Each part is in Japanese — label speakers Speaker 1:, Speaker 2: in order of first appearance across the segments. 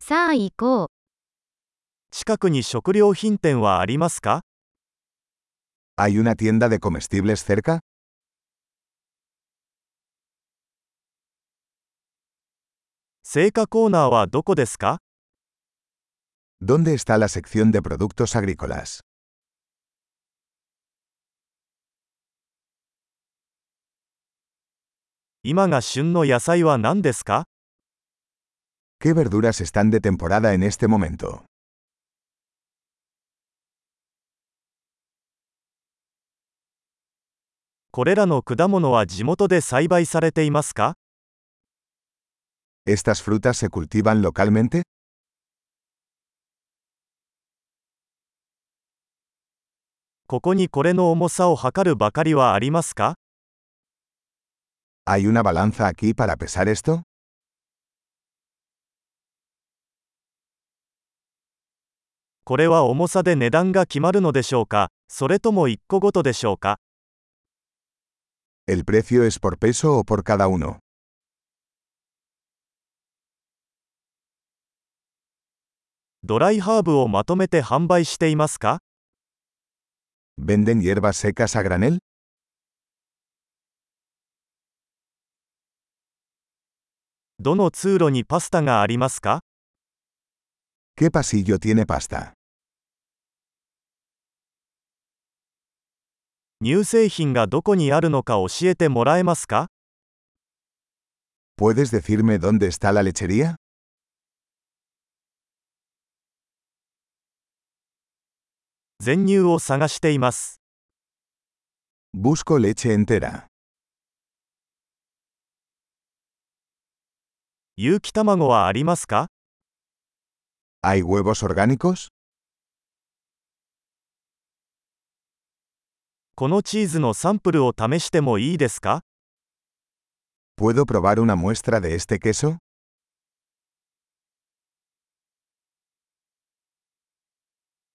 Speaker 1: さあ行こう。
Speaker 2: 近くに食料品店はありますか
Speaker 3: ¿Hay una tienda de comestibles cerca?
Speaker 2: 青果コーナーはどこですか
Speaker 3: ¿Dónde está la sección de productos agrícolas?
Speaker 2: 今が旬の野菜は何ですか
Speaker 3: ¿Qué verduras están de temporada en este momento?
Speaker 2: これらの果物は地元で栽培されていますか
Speaker 3: ¿Estas frutas se cultivan localmente?
Speaker 2: ここにこれの重さを測るばかりはありますか
Speaker 3: ¿Hay una balanza aquí para pesar esto?
Speaker 2: これは重さで値段が決まるのでしょうかそれとも1個ごとでしょうか
Speaker 3: ¿El precio es por peso o por cada uno?
Speaker 2: ドライハーブをまとめて販売していますか
Speaker 3: ¿Venden hierbas secas a granel?
Speaker 2: どの通路にパスタがありますか
Speaker 3: ¿Qué pasillo tiene pasta?
Speaker 2: 乳製品がどこにあるのか教えてもらえますか
Speaker 3: ¿Puedes decirme dónde está la lechería?
Speaker 2: 全乳を探しています
Speaker 3: Busco leche entera.
Speaker 2: 有機卵はありますか
Speaker 3: ¿Hay huevos orgánicos?
Speaker 2: このチーズのサンプルを試してもいいですか
Speaker 3: ¿Puedo probar una muestra de este queso?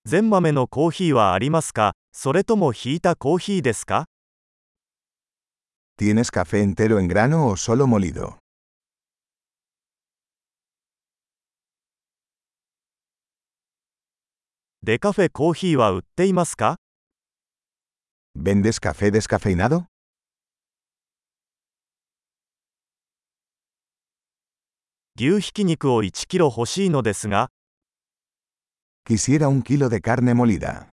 Speaker 2: 全豆のコーヒーはありますかそれともひいたコーヒーですか
Speaker 3: ¿Tienes café entero en grano o solo molido?
Speaker 2: デカフェコーヒーは売っていますか
Speaker 3: ¿Vendes café descafeinado?
Speaker 2: 牛ひき肉を1キロ欲しいのですが
Speaker 3: Quisiera un kilo de carne molida.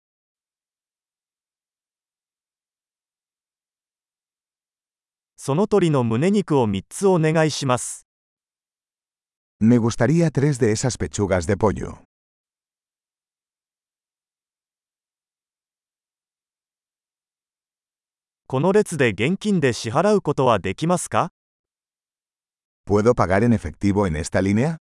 Speaker 2: その鳥の胸肉を3つお願いします
Speaker 3: Me gustaría tres de esas pechugas de pollo.
Speaker 2: この列で現金で支払うことはできますか
Speaker 3: ¿Puedo pagar en efectivo en esta línea?